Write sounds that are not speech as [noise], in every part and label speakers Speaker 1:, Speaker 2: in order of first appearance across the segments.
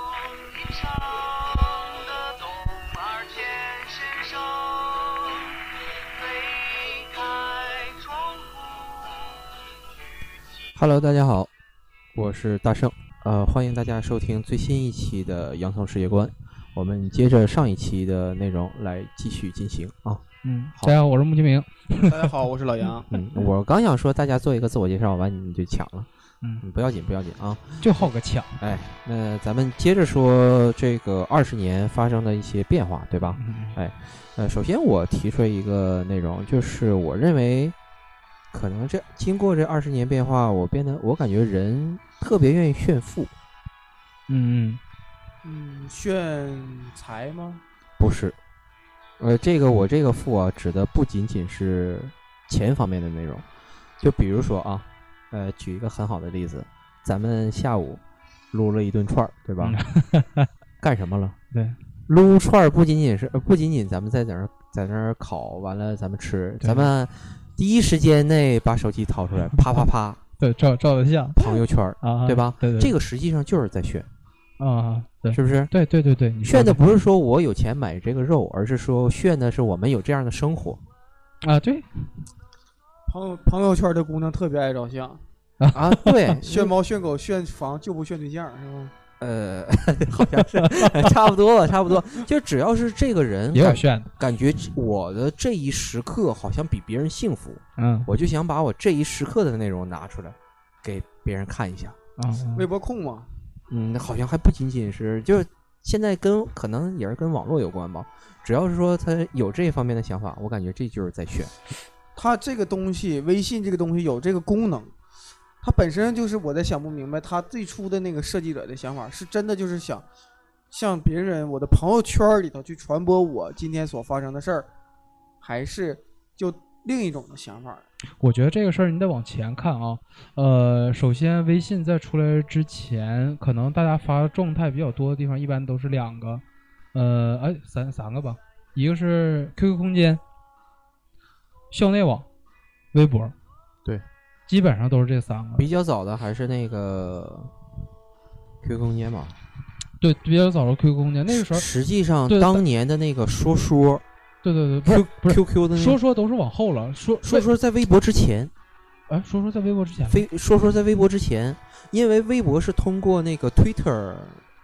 Speaker 1: 岭上的冬儿渐深深，推开窗户，举起。
Speaker 2: Hello，大家好，我是大圣，呃，欢迎大家收听最新一期的《杨桃世界观》，我们接着上一期的内容来继续进行啊。
Speaker 3: 嗯，
Speaker 2: 好
Speaker 3: 大家好，我是穆金明。
Speaker 4: 大家好，我是老杨。
Speaker 2: 嗯，我刚想说大家做一个自我介绍，完你就抢了，
Speaker 3: 嗯，
Speaker 2: 嗯，不要紧，不要紧啊。
Speaker 3: 就好个抢。
Speaker 2: 哎，那咱们接着说这个二十年发生的一些变化，对吧？
Speaker 3: 嗯
Speaker 2: 呃，首先我提出一个内容，就是我认为，可能这经过这二十年变化，我变得我感觉人特别愿意炫富，
Speaker 3: 嗯
Speaker 4: 嗯，炫财吗？
Speaker 2: 不是，呃，这个我这个富啊，指的不仅仅是钱方面的内容，就比如说啊，呃，举一个很好的例子，咱们下午撸了一顿串儿，对吧？
Speaker 3: 嗯
Speaker 2: 干什么了？
Speaker 3: 对，
Speaker 2: 撸串儿不仅仅是，呃不仅仅咱们在那儿在那儿烤完了，咱们吃，
Speaker 3: 对
Speaker 2: 咱们第一时间内把手机掏出来，啪啪
Speaker 3: [laughs]
Speaker 2: 啪，
Speaker 3: 对，照照的像
Speaker 2: 朋友圈儿，
Speaker 3: 啊，
Speaker 2: 对吧？
Speaker 3: 对对，
Speaker 2: 这
Speaker 3: 个
Speaker 2: 个实际上就是在炫，
Speaker 3: 啊，对
Speaker 2: 是不是？
Speaker 3: 对对对对，你说
Speaker 2: 炫的不是说我有钱买这个肉，而是说炫的是我们有这样的生活。
Speaker 3: 啊，对，
Speaker 4: 朋友朋友圈的姑娘特别爱照相，
Speaker 2: 啊，
Speaker 3: [laughs]
Speaker 2: 对，
Speaker 4: 炫猫炫狗炫房就不炫对象，是吗？
Speaker 2: 呃， [laughs] 好像是哎差不多吧，差不多。就只要是这个人
Speaker 3: 也有
Speaker 2: 感
Speaker 3: 炫的，
Speaker 2: 感觉我的这一时刻好像比别人幸福，
Speaker 3: 嗯
Speaker 2: 我就想把我这一时刻的内容拿出来给别人看一下。
Speaker 3: 啊，啊
Speaker 4: 微博控嘛，
Speaker 2: 嗯，好像还不仅仅是，就是现在跟可能也是跟网络有关吧。只要是说他有这方面的想法，我感觉这就是在炫。
Speaker 4: 它这个东西，微信这个东西有这个功能，它本身就是我在想不明白，它最初的那个设计者的想法是真的就是想向别人我的朋友圈里头去传播我今天所发生的事儿，还是就另一种的想法？
Speaker 3: 我觉得这个事儿你得往前看啊。呃，首先微信在出来之前，可能大家发动态比较多的地方，一般都是两个，呃，哎，三三个吧，一个是 QQ 空间、校内网、微博，
Speaker 2: 对，
Speaker 3: 基本上都是这三个。
Speaker 2: 比较早的还是那个 QQ 空间吧，
Speaker 3: 对，比较早的 QQ 空间，那个时候，
Speaker 2: 实际上
Speaker 3: 对
Speaker 2: 当年的那个说说。
Speaker 3: 对对对，不是
Speaker 2: Q
Speaker 3: 不是
Speaker 2: QQ 的那
Speaker 3: 说说都是往后了，说
Speaker 2: 说说在微博之前，
Speaker 3: 哎，说说在微博之前吗，
Speaker 2: 非说说在微博之前，因为微博是通过那个 Twitter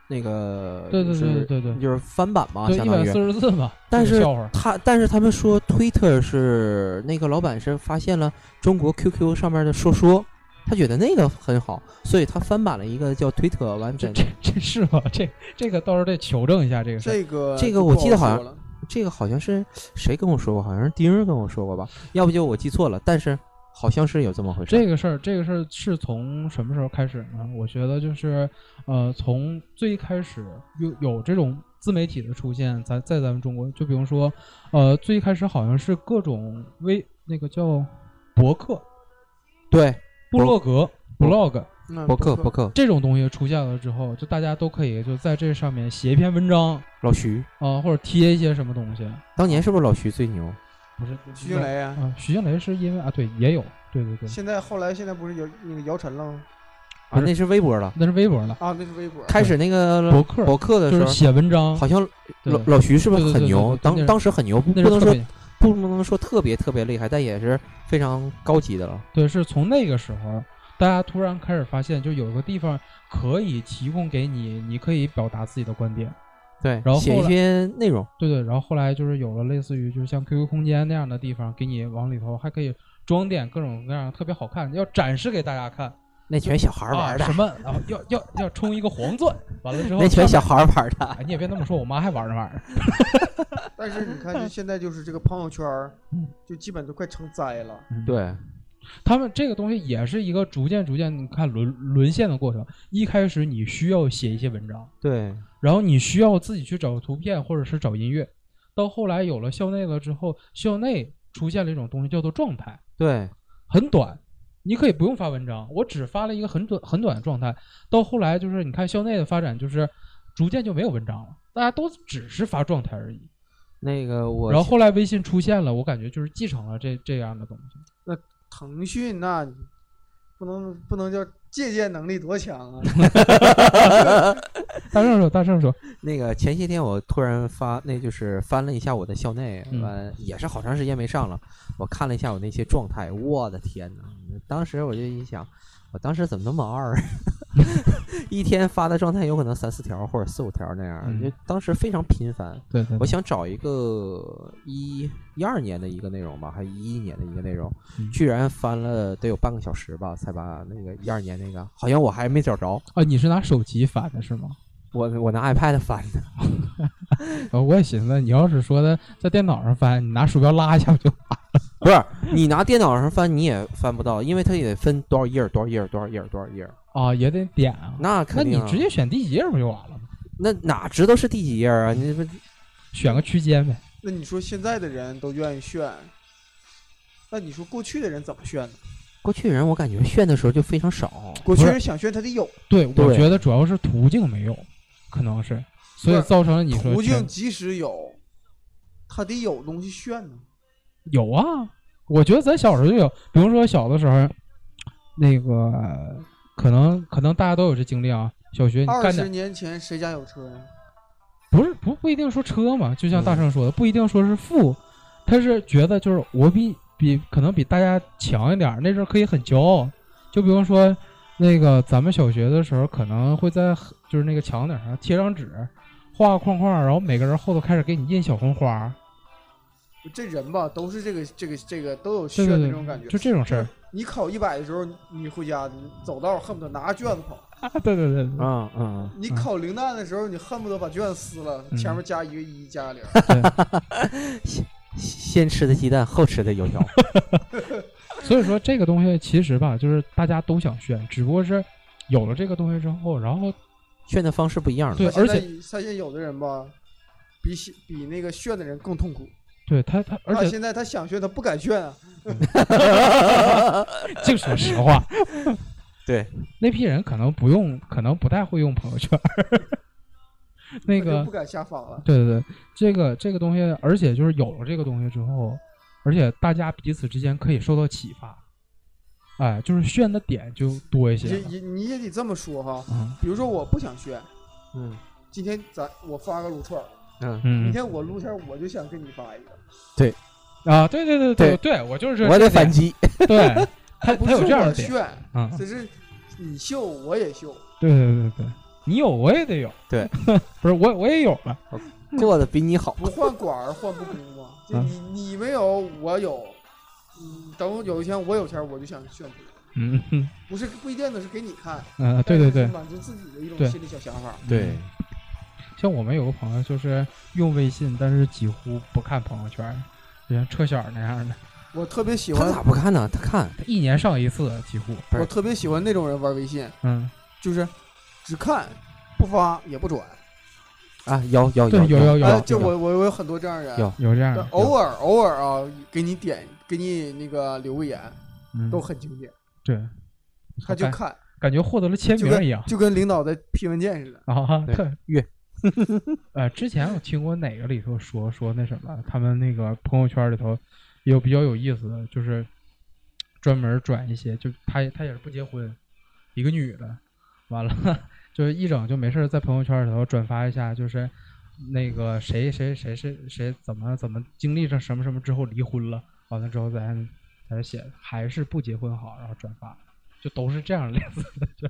Speaker 2: 那个
Speaker 3: 对对
Speaker 2: 就
Speaker 3: 对
Speaker 2: 是
Speaker 3: 对对对
Speaker 2: 就是翻版嘛，
Speaker 3: 对
Speaker 2: 相
Speaker 3: 一
Speaker 2: 当
Speaker 3: 百
Speaker 2: 于
Speaker 3: 四十四吧，
Speaker 2: 但
Speaker 3: 这个
Speaker 2: 是
Speaker 3: 笑话，
Speaker 2: 他，但是他们说 Twitter 是那个老板是发现了中国 QQ 上面的说说，他觉得那个很好，所以他翻版了一个叫 Twitter 完
Speaker 3: 这
Speaker 2: 整
Speaker 3: 这。这是吗？这这个到时候得求证一下这个事儿。
Speaker 4: 这个
Speaker 2: 这个
Speaker 4: 就不
Speaker 2: 我记得好像
Speaker 4: 说了
Speaker 2: 这个好像是谁跟我说过，好像是丁儿跟我说过吧，要不就我记错了，但是好像是有这么回事。
Speaker 3: 这个事儿，这个事儿是从什么时候开始呢？我觉得就是，呃，从最开始有有这种自媒体的出现，咱在咱们中国，就比如说，呃，最开始好像是各种微那个叫博客、
Speaker 2: 对
Speaker 3: 部落格、blog
Speaker 4: 嗯
Speaker 2: 博客
Speaker 4: 不
Speaker 2: 博客
Speaker 3: 这种东西出现了之后，就大家都可以就在这上面写一篇文章啊、
Speaker 2: 老徐，
Speaker 3: 或者贴一些什么东西。
Speaker 2: 当年是不是老徐最牛？啊
Speaker 3: 不是
Speaker 4: 徐静蕾啊，
Speaker 3: 啊，徐静蕾是因为啊，对，也有，对对对，
Speaker 4: 现在后来现在不是姚那个姚晨了吗？
Speaker 2: 啊，
Speaker 3: 不是
Speaker 2: 那是微博了。
Speaker 3: 那是微博了，
Speaker 4: 啊，那是微博。
Speaker 2: 开始那个
Speaker 3: 博客
Speaker 2: 博客的
Speaker 3: 就
Speaker 2: 时
Speaker 3: 是
Speaker 2: 候，
Speaker 3: 写文章，
Speaker 2: 好像
Speaker 3: 对
Speaker 2: 老老徐是不是
Speaker 3: 对对
Speaker 2: 很
Speaker 3: 对对
Speaker 2: 牛
Speaker 3: 对？那
Speaker 2: 当
Speaker 3: 是
Speaker 2: 当时很牛，不
Speaker 3: 那
Speaker 2: 不能
Speaker 3: 是特
Speaker 2: 说
Speaker 3: 别
Speaker 2: 不能说特别特别厉害，但也是非常高级的了。
Speaker 3: 对，是从那个时候，大家突然开始发现，就有个地方可以提供给你，你可以表达自己的观点，
Speaker 2: 对，
Speaker 3: 然后
Speaker 2: 写
Speaker 3: 后
Speaker 2: 一
Speaker 3: 来
Speaker 2: 些内容，
Speaker 3: 对对，然后后来就是有了类似于就是像 QQ 空间那样的地方，给你往里头还可以装点各种各样特别好看，要展示给大家看
Speaker 2: 那全小孩
Speaker 3: 啊
Speaker 2: 玩的
Speaker 3: 什，么，然后要要要充一个黄钻，完了之后
Speaker 2: 那全
Speaker 3: 上
Speaker 2: 小孩玩
Speaker 3: [laughs]
Speaker 2: 的。
Speaker 3: 面，哎你也别那么说，我妈还玩那玩意儿，
Speaker 4: 但是你看，就现在就是这个朋友圈儿
Speaker 3: 嗯，
Speaker 4: 就基本都快成灾了。
Speaker 2: 对，
Speaker 3: 他们这个东西也是一个逐渐逐渐，你看沦沦陷的过程。一开始你需要写一些文章，
Speaker 2: 对，
Speaker 3: 然后你需要自己去找图片或者是找音乐。到后来有了校内了之后，校内出现了一种东西叫做状态，
Speaker 2: 对，
Speaker 3: 很短，你可以不用发文章，我只发了一个很短很短的状态。到后来就是你看校内的发展，就是逐渐就没有文章了，大家都只是发状态而已。
Speaker 2: 那个我
Speaker 3: 然后后来微信出现了，我感觉就是继承了这这样的东西。
Speaker 4: 腾讯那、 [laughs] 不能不能叫借鉴能力多强啊！
Speaker 3: 大圣说，大圣说，
Speaker 2: 那个前些天我突然发，那就是翻了一下我的校内，
Speaker 3: 嗯
Speaker 2: 完、也是好长时间没上了。我看了一下我那些状态，我的天哪！当时我就一想，我当时怎么那么二 [laughs] 啊？一天发的状态有可能三四条或者四五条那样，
Speaker 3: 嗯
Speaker 2: 就当时非常频繁。
Speaker 3: 对对，对
Speaker 2: 我想找一个一一二年的一个内容吧，还一一年的一个内容，
Speaker 3: 嗯
Speaker 2: 居然翻了得有半个小时吧，才把那个一二年那个，好像我还没找着，
Speaker 3: 啊，你是拿手机发的是吗？
Speaker 2: 我我拿 iPad 翻的。
Speaker 3: 呃，我也寻思，你要是说的在电脑上翻，你拿鼠标拉一下不就？
Speaker 2: [laughs] 不是你拿电脑上翻你也翻不到，因为它也得分多少页儿多少页儿多少页儿多少页儿，
Speaker 3: 啊，也得点啊。
Speaker 2: 那
Speaker 3: 那
Speaker 2: 肯定、
Speaker 3: 你
Speaker 2: 啊。
Speaker 3: 直接选第几页不就完了吗？
Speaker 2: 那哪知道是第几页儿啊？你这不
Speaker 3: 选个区间呗。
Speaker 4: 那你说现在的人都愿意炫，那你说过去的人怎么炫呢？
Speaker 2: 过去人我感觉炫的时候就非常少。
Speaker 4: 过去人想炫他得有
Speaker 3: 对，我
Speaker 2: 对
Speaker 3: 觉得主要是途径没有，可能是，所以
Speaker 4: 不是
Speaker 3: 造成了你说
Speaker 4: 途径，
Speaker 3: 全
Speaker 4: 即使有，他得有东西炫呢。
Speaker 3: 有啊。我觉得咱小时候就有，比如说小的时候，那个可能可能大家都有这经历啊。小学你
Speaker 4: 二
Speaker 3: 干
Speaker 4: 十
Speaker 3: 点
Speaker 4: 年前谁家有车呀？
Speaker 3: 不是不不一定说车嘛，就像大
Speaker 2: 嗯
Speaker 3: 圣说的，不一定说是富，他是觉得就是我比比可能比大家强一点儿，那阵儿可以很骄傲。就比方说那个咱们小学的时候，可能会在就是那个墙顶上贴张纸，画个框框，然后每个人后头开始给你印小红花，
Speaker 4: 这人吧，都是这个这个这个都有
Speaker 3: 对
Speaker 4: 炫
Speaker 3: 对
Speaker 4: 的
Speaker 3: 对，
Speaker 4: 这种感觉。
Speaker 3: 就这种事
Speaker 4: [laughs]
Speaker 3: 儿。
Speaker 4: 你考一百的时候，你回家你走道恨不得拿卷子跑；
Speaker 3: 啊，对对对对
Speaker 2: 嗯嗯，
Speaker 4: 你考零蛋的时候，你恨不得把卷子撕了，
Speaker 3: 嗯
Speaker 4: 前面加一个一加个零。
Speaker 2: 先吃的鸡蛋，后吃的油 [laughs] 条。
Speaker 3: 所以说这个东西其实吧，就是大家都想炫，只不过是有了这个东西之后，然后
Speaker 2: 炫的方式不一样了。 [laughs]
Speaker 3: 对
Speaker 4: 他
Speaker 3: 而
Speaker 4: 现在他现在有的人吧，比喜比那个炫的人更痛苦。
Speaker 3: 对他他，而
Speaker 4: 他
Speaker 3: 且
Speaker 4: 现在他想炫，他不敢炫啊。
Speaker 2: [laughs]
Speaker 3: 净说实话，
Speaker 2: 对，
Speaker 3: 那批人可能不用，可能不太会用朋友圈儿。 [laughs] 那
Speaker 4: 他就
Speaker 3: 个
Speaker 4: 不，敢下访了。
Speaker 3: 对对对，这个这个东西，而且就是有了这个东西之后，而且大家彼此之间可以受到启发，哎，就是炫的点就多一些
Speaker 4: 也
Speaker 3: 了。
Speaker 4: 也你也得这么说哈，
Speaker 3: 嗯
Speaker 4: 比如说我不想炫，
Speaker 2: 嗯
Speaker 4: 今天咱我发个撸串儿，
Speaker 2: 嗯，
Speaker 4: 明
Speaker 3: 嗯
Speaker 4: 天我撸天儿我就想跟你发一个，
Speaker 3: 啊，对对对对，我就是这
Speaker 2: 我得
Speaker 3: 这
Speaker 2: 反
Speaker 3: 点，
Speaker 2: 击。 [laughs]
Speaker 3: 对他
Speaker 4: 不
Speaker 3: 他
Speaker 4: 是
Speaker 3: 有这样
Speaker 4: 我
Speaker 3: 的点，
Speaker 4: 炫，
Speaker 3: 嗯，
Speaker 4: 只是你秀我也秀，
Speaker 3: 对对对对，你有我也得有，
Speaker 2: 对，
Speaker 3: [laughs] 不是我我也有了，
Speaker 2: 做的比你好。
Speaker 4: 不患寡而患不均嘛。就
Speaker 3: 嗯
Speaker 4: 你你没有我有，嗯，等有一天我有钱儿我就想炫富，
Speaker 3: 嗯嗯
Speaker 4: 不是不一定的是给你看，
Speaker 3: 嗯，对对
Speaker 4: 但是
Speaker 3: 对
Speaker 4: 是，满足自己的一
Speaker 3: 对
Speaker 4: 种心理小想法。
Speaker 2: 对，
Speaker 3: 嗯像我们有个朋友就是用微信，但是几乎不看朋友圈儿，就像车小那样的，
Speaker 4: 我特别喜
Speaker 2: 他
Speaker 4: 欢
Speaker 2: 咋，不看呢？他看，
Speaker 3: 他一年上一次，几乎。
Speaker 2: 不是
Speaker 4: 我特别喜欢那种人玩微信，
Speaker 3: 嗯，
Speaker 4: 就是只看不发也不转，
Speaker 2: 啊，有有
Speaker 3: 对，有有有
Speaker 4: 哎
Speaker 3: 有，
Speaker 4: 就我我我有很多这样的人
Speaker 2: 有。
Speaker 3: 有这样
Speaker 4: 但
Speaker 3: 的，
Speaker 4: 偶尔偶尔啊，给你点，给你那个留个言，
Speaker 3: 嗯
Speaker 4: 都很经典。
Speaker 3: 对，
Speaker 4: 他就
Speaker 3: 感
Speaker 4: 看，
Speaker 3: 感觉获得了签
Speaker 4: 就
Speaker 3: 名一样
Speaker 4: 就跟领导在批文件似的。
Speaker 3: 啊，
Speaker 2: 对
Speaker 3: 特
Speaker 2: 月。
Speaker 3: [laughs] 呃，之前我听过哪个里头说说那什么，他们那个朋友圈里头有比较有意思的，就是专门转一些，就她她也是不结婚，一个女的，完了 [laughs] 就是一整就没事儿在朋友圈里头转发一下，就是那个谁谁谁是谁怎么怎么经历着什么什么之后离婚了，完了之后咱咱写还是不结婚好，然后转发，就都是这样类似的，就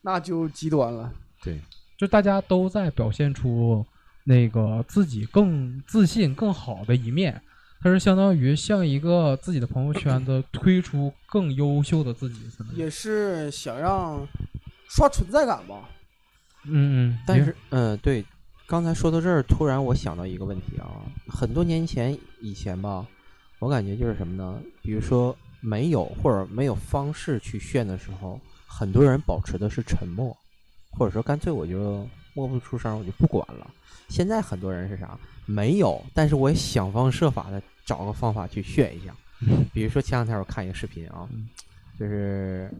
Speaker 4: 那就极端了。
Speaker 2: 对，
Speaker 3: 就大家都在表现出那个自己更自信、更好的一面。它是相当于向一个自己的朋友圈子推出更优秀的自己，可能
Speaker 4: 也是想让刷存在感吧。
Speaker 3: 嗯嗯，
Speaker 2: 但是，嗯，对，刚才说到这儿，突然我想到一个问题啊，很多年前以前吧，我感觉就是什么呢？比如说没有或者没有方式去炫的时候，很多人保持的是沉默，或者说干脆我就默不出声，我就不管了。现在很多人是啥？没有，但是我也想方设法的找个方法去炫一下。比如说前两天我看一个视频啊
Speaker 3: 嗯，
Speaker 2: 就是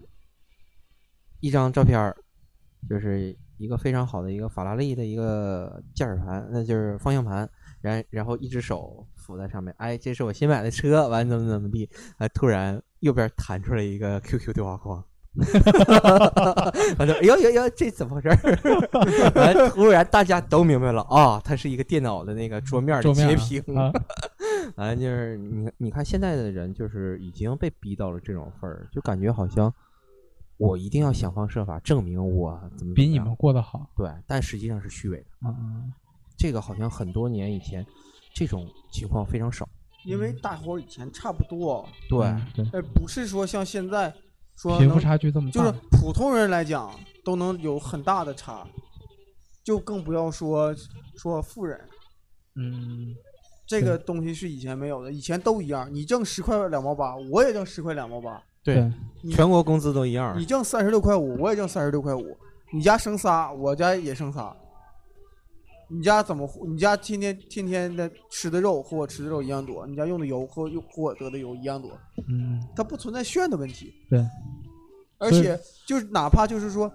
Speaker 2: 一张照片儿，就是一个非常好的一个法拉利的一个驾驶盘，那就是方向盘，然然后一只手扶在上面，哎，这哎是我新买的车，完怎么怎么地，啊，突然右边弹出来一个 QQ 对话框， [laughs] 完了，哎呦呦呦，这怎么回事儿？ [laughs] 完了，突然大家都明白了啊，它是一个电脑的那个桌面儿的
Speaker 3: 桌面
Speaker 2: 截
Speaker 3: 啊
Speaker 2: 屏。 [laughs]
Speaker 3: 啊，
Speaker 2: 完了就是你你看现在的人就是已经被逼到了这种份儿，就感觉好像我一定要想方设法证明我怎么
Speaker 3: 比
Speaker 2: 怎么
Speaker 3: 你
Speaker 2: 样
Speaker 3: 们过得好。
Speaker 2: 对，但实际上是虚伪的。
Speaker 3: 嗯嗯，
Speaker 2: 这个好像很多年以前这种情况非常少。
Speaker 4: 因为大伙儿以前差不多，
Speaker 2: 对，
Speaker 3: 嗯对，
Speaker 4: 哎，不是说像现在说
Speaker 3: 贫富
Speaker 4: 能
Speaker 3: 差距这么
Speaker 4: 就是
Speaker 3: 大，
Speaker 4: 普通人来讲都能有很大的差，就更不要说说富人，
Speaker 3: 嗯，
Speaker 4: 这个东西是以前没有的，以前都一样，你挣十块两毛八，我也挣十块两毛八，
Speaker 2: 对
Speaker 3: 对，
Speaker 4: 你
Speaker 2: 全国工资都一样
Speaker 4: 你。挣三十六块五，我也挣三十六块五，你家生仨，我家也生仨。你家怎么活？你家天天天天的吃的肉和我吃的肉一样多，你家用的油和用和我得的油一样多，
Speaker 3: 嗯，
Speaker 4: 它不存在炫的问题。
Speaker 3: 对，
Speaker 4: 而
Speaker 3: 所以
Speaker 4: 且就是哪怕就是说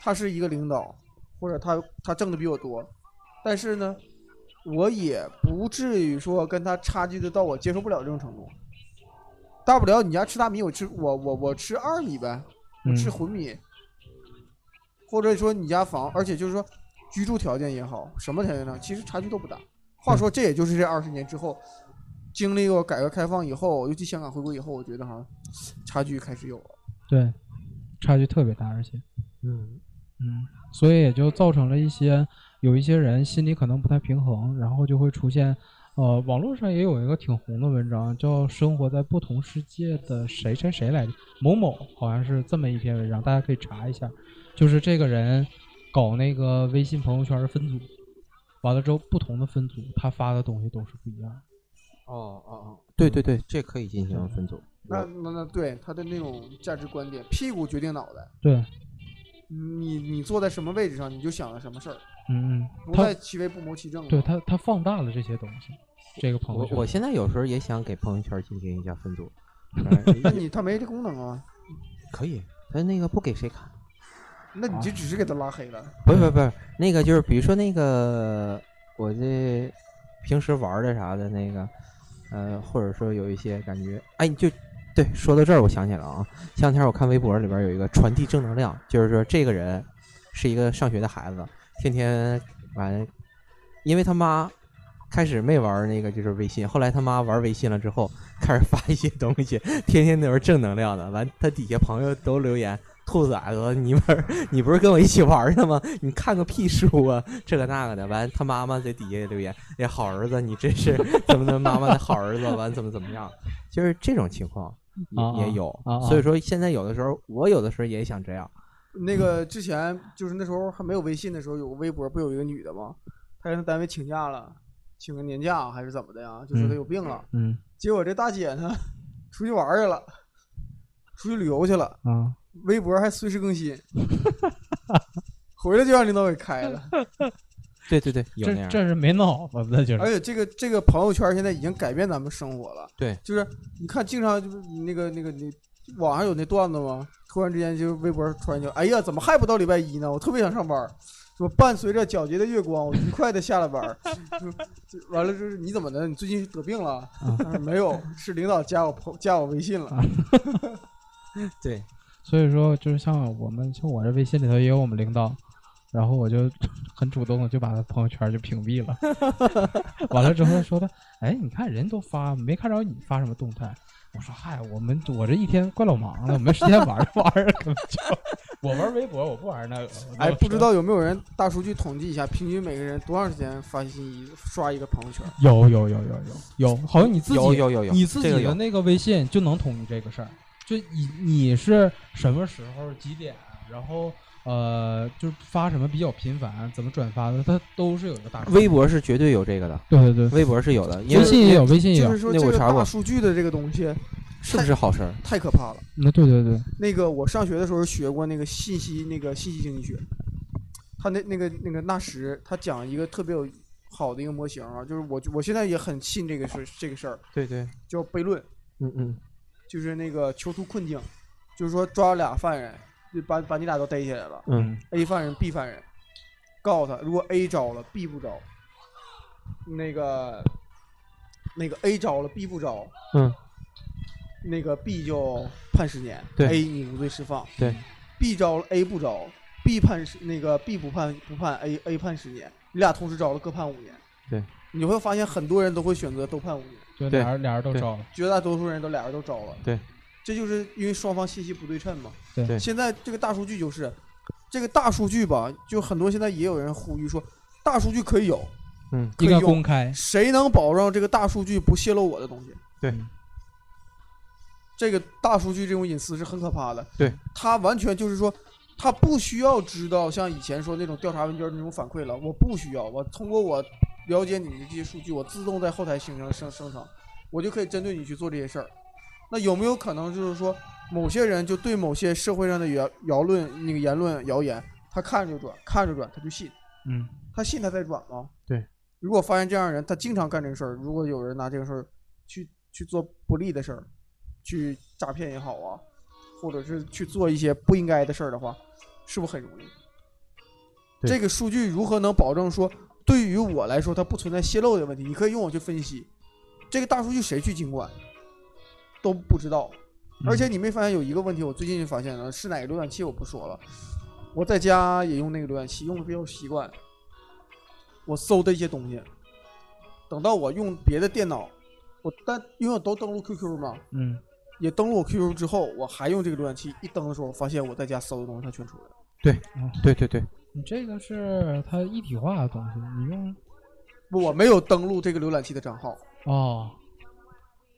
Speaker 4: 他是一个领导，或者他他挣的比我多，但是呢，我也不至于说跟他差距的到我接受不了这种程度。大不了你家吃大米，我吃我我我吃二米呗，我
Speaker 3: 嗯
Speaker 4: 吃混米，或者说你家房，而且就是说居住条件也好，什么条件呢？其实差距都不大。话
Speaker 3: 嗯
Speaker 4: 说，这也就是这二十年之后，经历过改革开放以后，尤其香港回归以后，我觉得哈，差距开始有了。
Speaker 3: 对，差距特别大，而且。
Speaker 2: 嗯，
Speaker 3: 嗯，所以也就造成了一些有一些人心里可能不太平衡，然后就会出现，呃，网络上也有一个挺红的文章，叫《生活在不同世界的谁谁谁》来着，某某好像是这么一篇文章，大家可以查一下，就是这个人搞那个微信朋友圈的分组，完了之后不同的分组他发的东西都是不一样的，
Speaker 2: 哦哦哦，对对对，这可以进行分组。
Speaker 4: 那
Speaker 3: 嗯
Speaker 4: 那那对他的那种价值观点，屁股决定脑袋。
Speaker 3: 对，
Speaker 4: 你你坐在什么位置上，你就想了什么事儿，
Speaker 3: 嗯嗯，
Speaker 4: 不
Speaker 3: 他
Speaker 4: 在其位不谋其政嘛。
Speaker 3: 对他 [laughs] 他放大了这些东西，这个朋
Speaker 2: 我
Speaker 3: 友圈
Speaker 2: 我现在有时候也想给朋友圈进行一下分组，
Speaker 3: 哎
Speaker 2: 呃
Speaker 4: 那你他没这功能啊，
Speaker 2: 可以，但那个不给谁看。
Speaker 4: 那
Speaker 3: 啊
Speaker 4: 你就只是给他拉黑了。
Speaker 2: 不是不是不是，那个就是比如说那个我这平时玩儿的啥的那个，呃，或者说有一些感觉，哎，你就对，说到这儿我想起来了啊，前两天我看微博里边有一个传递正能量，就是说这个人是一个上学的孩子，天天完，因为他妈。开始没玩儿那个就是微信，后来他妈玩儿微信了之后，开始发一些东西，天天都是正能量的。完，他底下朋友都留言：“兔崽子，你们你不是跟我一起玩儿的吗？你看个屁书啊，这个那个的。完，他妈妈在底下也留言：“哎，好儿子，你真是怎么怎么妈妈的好儿子。”完，怎么怎么样，就是这种情况也、
Speaker 3: 啊啊
Speaker 2: 也有。
Speaker 3: 啊啊
Speaker 2: 所以说，现在有的时候我有的时候也想这样。
Speaker 4: 那个之前就是那时候还没有微信的时候，有个微博不有一个女的吗？她让单位请假了，请个年假啊还是怎么的呀？就说她有病了。
Speaker 3: 嗯
Speaker 4: 结果这大姐呢，出去玩儿去了，出去旅游去了，
Speaker 3: 啊
Speaker 4: 微博还随时更新，回来就让领导给开了。
Speaker 2: 对对对，有那
Speaker 3: 这
Speaker 2: 样。
Speaker 3: 这是没脑子，
Speaker 2: [laughs]
Speaker 3: 那就是
Speaker 4: 而且这个这个朋友圈现在已经改变咱们生活了。
Speaker 2: 对，
Speaker 4: 就是你看，经常就是那个那个你网上有那段子吗？突然之间就微博突然就，哎呀，怎么还不到礼拜一呢？我特别想上班。说伴随着皎洁的月光，我愉快的下了班。 [laughs] 就就完了就是你怎么的？你最近得
Speaker 2: [laughs]
Speaker 4: 病了？他说没有，是领导加我朋加我微信
Speaker 2: 嗯
Speaker 4: 了。
Speaker 2: 对，
Speaker 3: 所以说，就是像我们，像我这微信里头也有我们领导，然后我就 [laughs] 很主动的就把他朋友圈就屏蔽了。 [laughs] 完了之后他说的，哎，你看人都发，没看着你发什么动态。我说嗨，我们我这一天怪老忙的，我没时间玩这玩意儿， [laughs] 根本就我玩微博，我不玩那个。
Speaker 4: 哎，不知道有没有人大数据统计一下，平均每个人多长时间发信息刷一个朋友圈？
Speaker 3: 有有有有有有，好像你自己
Speaker 2: 有有有有，
Speaker 3: 你自
Speaker 2: 这个
Speaker 3: 己
Speaker 2: 有
Speaker 3: 的那个微信就能统计这个事儿，就你你是什么时候几点，然后呃，就是发什么比较频繁，怎么转发的，它都是有一个大数据
Speaker 2: 微博是绝对有这个的，
Speaker 3: 对对对，
Speaker 2: 微博是有的，因
Speaker 3: 微
Speaker 2: 为
Speaker 3: 信也有，微信也
Speaker 4: 就
Speaker 3: 有
Speaker 4: 是，说
Speaker 2: 哎那
Speaker 4: 这
Speaker 2: 我
Speaker 4: 个
Speaker 2: 查过
Speaker 4: 大数据的这个东西
Speaker 2: 是不是好事儿？
Speaker 4: 太可怕了。
Speaker 3: 那对对对，
Speaker 4: 那个我上学的时候学过那个信息那个信息经济学，他那那个那个纳什他讲一个特别有好的一个模型啊，就是我我现在也很信这个事这个事儿，
Speaker 2: 对对，
Speaker 4: 叫悖论，
Speaker 2: 嗯嗯，
Speaker 4: 就是那个囚徒困境，就是说抓俩犯人，就把把你俩都逮起来了
Speaker 2: 嗯
Speaker 4: ，A 犯人 B 犯人，告诉他如果 A 招了 B 不招，那个那个 A 招了 B 不招，
Speaker 2: 嗯，
Speaker 4: 那个 B 就判十年
Speaker 2: 对
Speaker 4: ，A 你无罪释放，
Speaker 2: 对
Speaker 4: ，B 招了 A 不招，B 判十那个 B 不判不判 A A 判十年，你俩同时招了各判五年，
Speaker 2: 对，
Speaker 4: 你会发现很多人都会选择都判五年，
Speaker 3: 就
Speaker 2: 对
Speaker 3: 俩人俩人都
Speaker 2: 对
Speaker 3: 招了，
Speaker 4: 绝大多数人都俩人都招了，
Speaker 2: 对，
Speaker 4: 这就是因为双方信息不对称嘛，
Speaker 3: 对
Speaker 2: 对
Speaker 4: 现在这个大数据就是这个大数据吧，就很多现在也有人呼吁说大数据可以有，
Speaker 2: 嗯，
Speaker 4: 可以
Speaker 3: 应该
Speaker 4: 用
Speaker 3: 公开，
Speaker 4: 谁能保证这个大数据不泄露我的东西？
Speaker 2: 对，
Speaker 4: 这个大数据这种隐私是很可怕的。
Speaker 2: 对，
Speaker 4: 它完全就是说，它不需要知道像以前说那种调查问卷那种反馈了，我不需要，我通过我了解你的这些数据，我自动在后台形成生生成，我就可以针对你去做这些事儿。那有没有可能就是说，某些人就对某些社会上的言谣论、那个言论、谣言，他看着就转，看着转他就信，
Speaker 3: 嗯，
Speaker 4: 他信他再转吗？
Speaker 2: 对。
Speaker 4: 如果发现这样的人，他经常干这个事儿，如果有人拿这个事儿去去做不利的事儿，去诈骗也好啊，或者是去做一些不应该的事儿的话，是不是很容易？
Speaker 2: 对
Speaker 4: 这个数据如何能保证说，对于我来说它不存在泄露的问题？你可以用我去分析，这个大数据谁去监管都不知道。
Speaker 3: 嗯
Speaker 4: 而且你没发现有一个问题，我最近就发现了，是哪个浏览器我不说了。我在家也用那个浏览器，用的比较习惯。我搜的一些东西，等到我用别的电脑，我但因为我都登录 QQ 嘛，
Speaker 3: 嗯，
Speaker 4: 也登录我 QQ 之后，我还用这个浏览器一登的时候，我发现我在家搜的东西它全出来了。
Speaker 2: 对对对，
Speaker 3: 你这个是它一体化的东西，你用
Speaker 4: 不我没有登录这个浏览器的账号，
Speaker 3: 哦，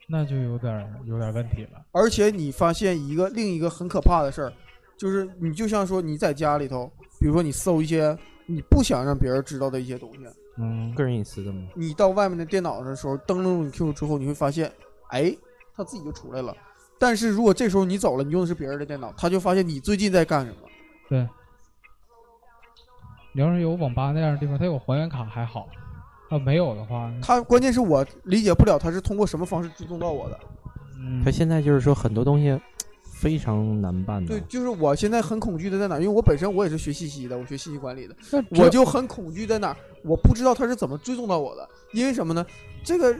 Speaker 3: 那就有点儿有点儿问题了，
Speaker 4: 而且你发现一个另一个很可怕的事儿，就是你就像说你在家里头，比如说你搜一些你不想让别人知道的一些东西，
Speaker 3: 嗯，
Speaker 2: 个人隐私的嘛，
Speaker 4: 你到外面的电脑的时候，登录你 QQ 之后，你会发现，哎，它自己就出来了。但是如果这时候你走了，你用的是别人的电脑，他就发现你最近在干什么。
Speaker 3: 对。你要是有网吧那样的地方，它有还原卡还好，要没有的话，
Speaker 4: 他关键是我理解不了他是通过什么方式追踪到我的。
Speaker 3: 嗯
Speaker 2: 他，现在就是说很多东西非常难办
Speaker 4: 对
Speaker 2: 的，，
Speaker 4: 就是我现在很恐惧的在哪儿？因为我本身我也是学信息的，我学信息管理的，
Speaker 3: 那只有
Speaker 4: 我就很恐惧在哪儿？我不知道他是怎么追踪到我的，因为什么呢？这个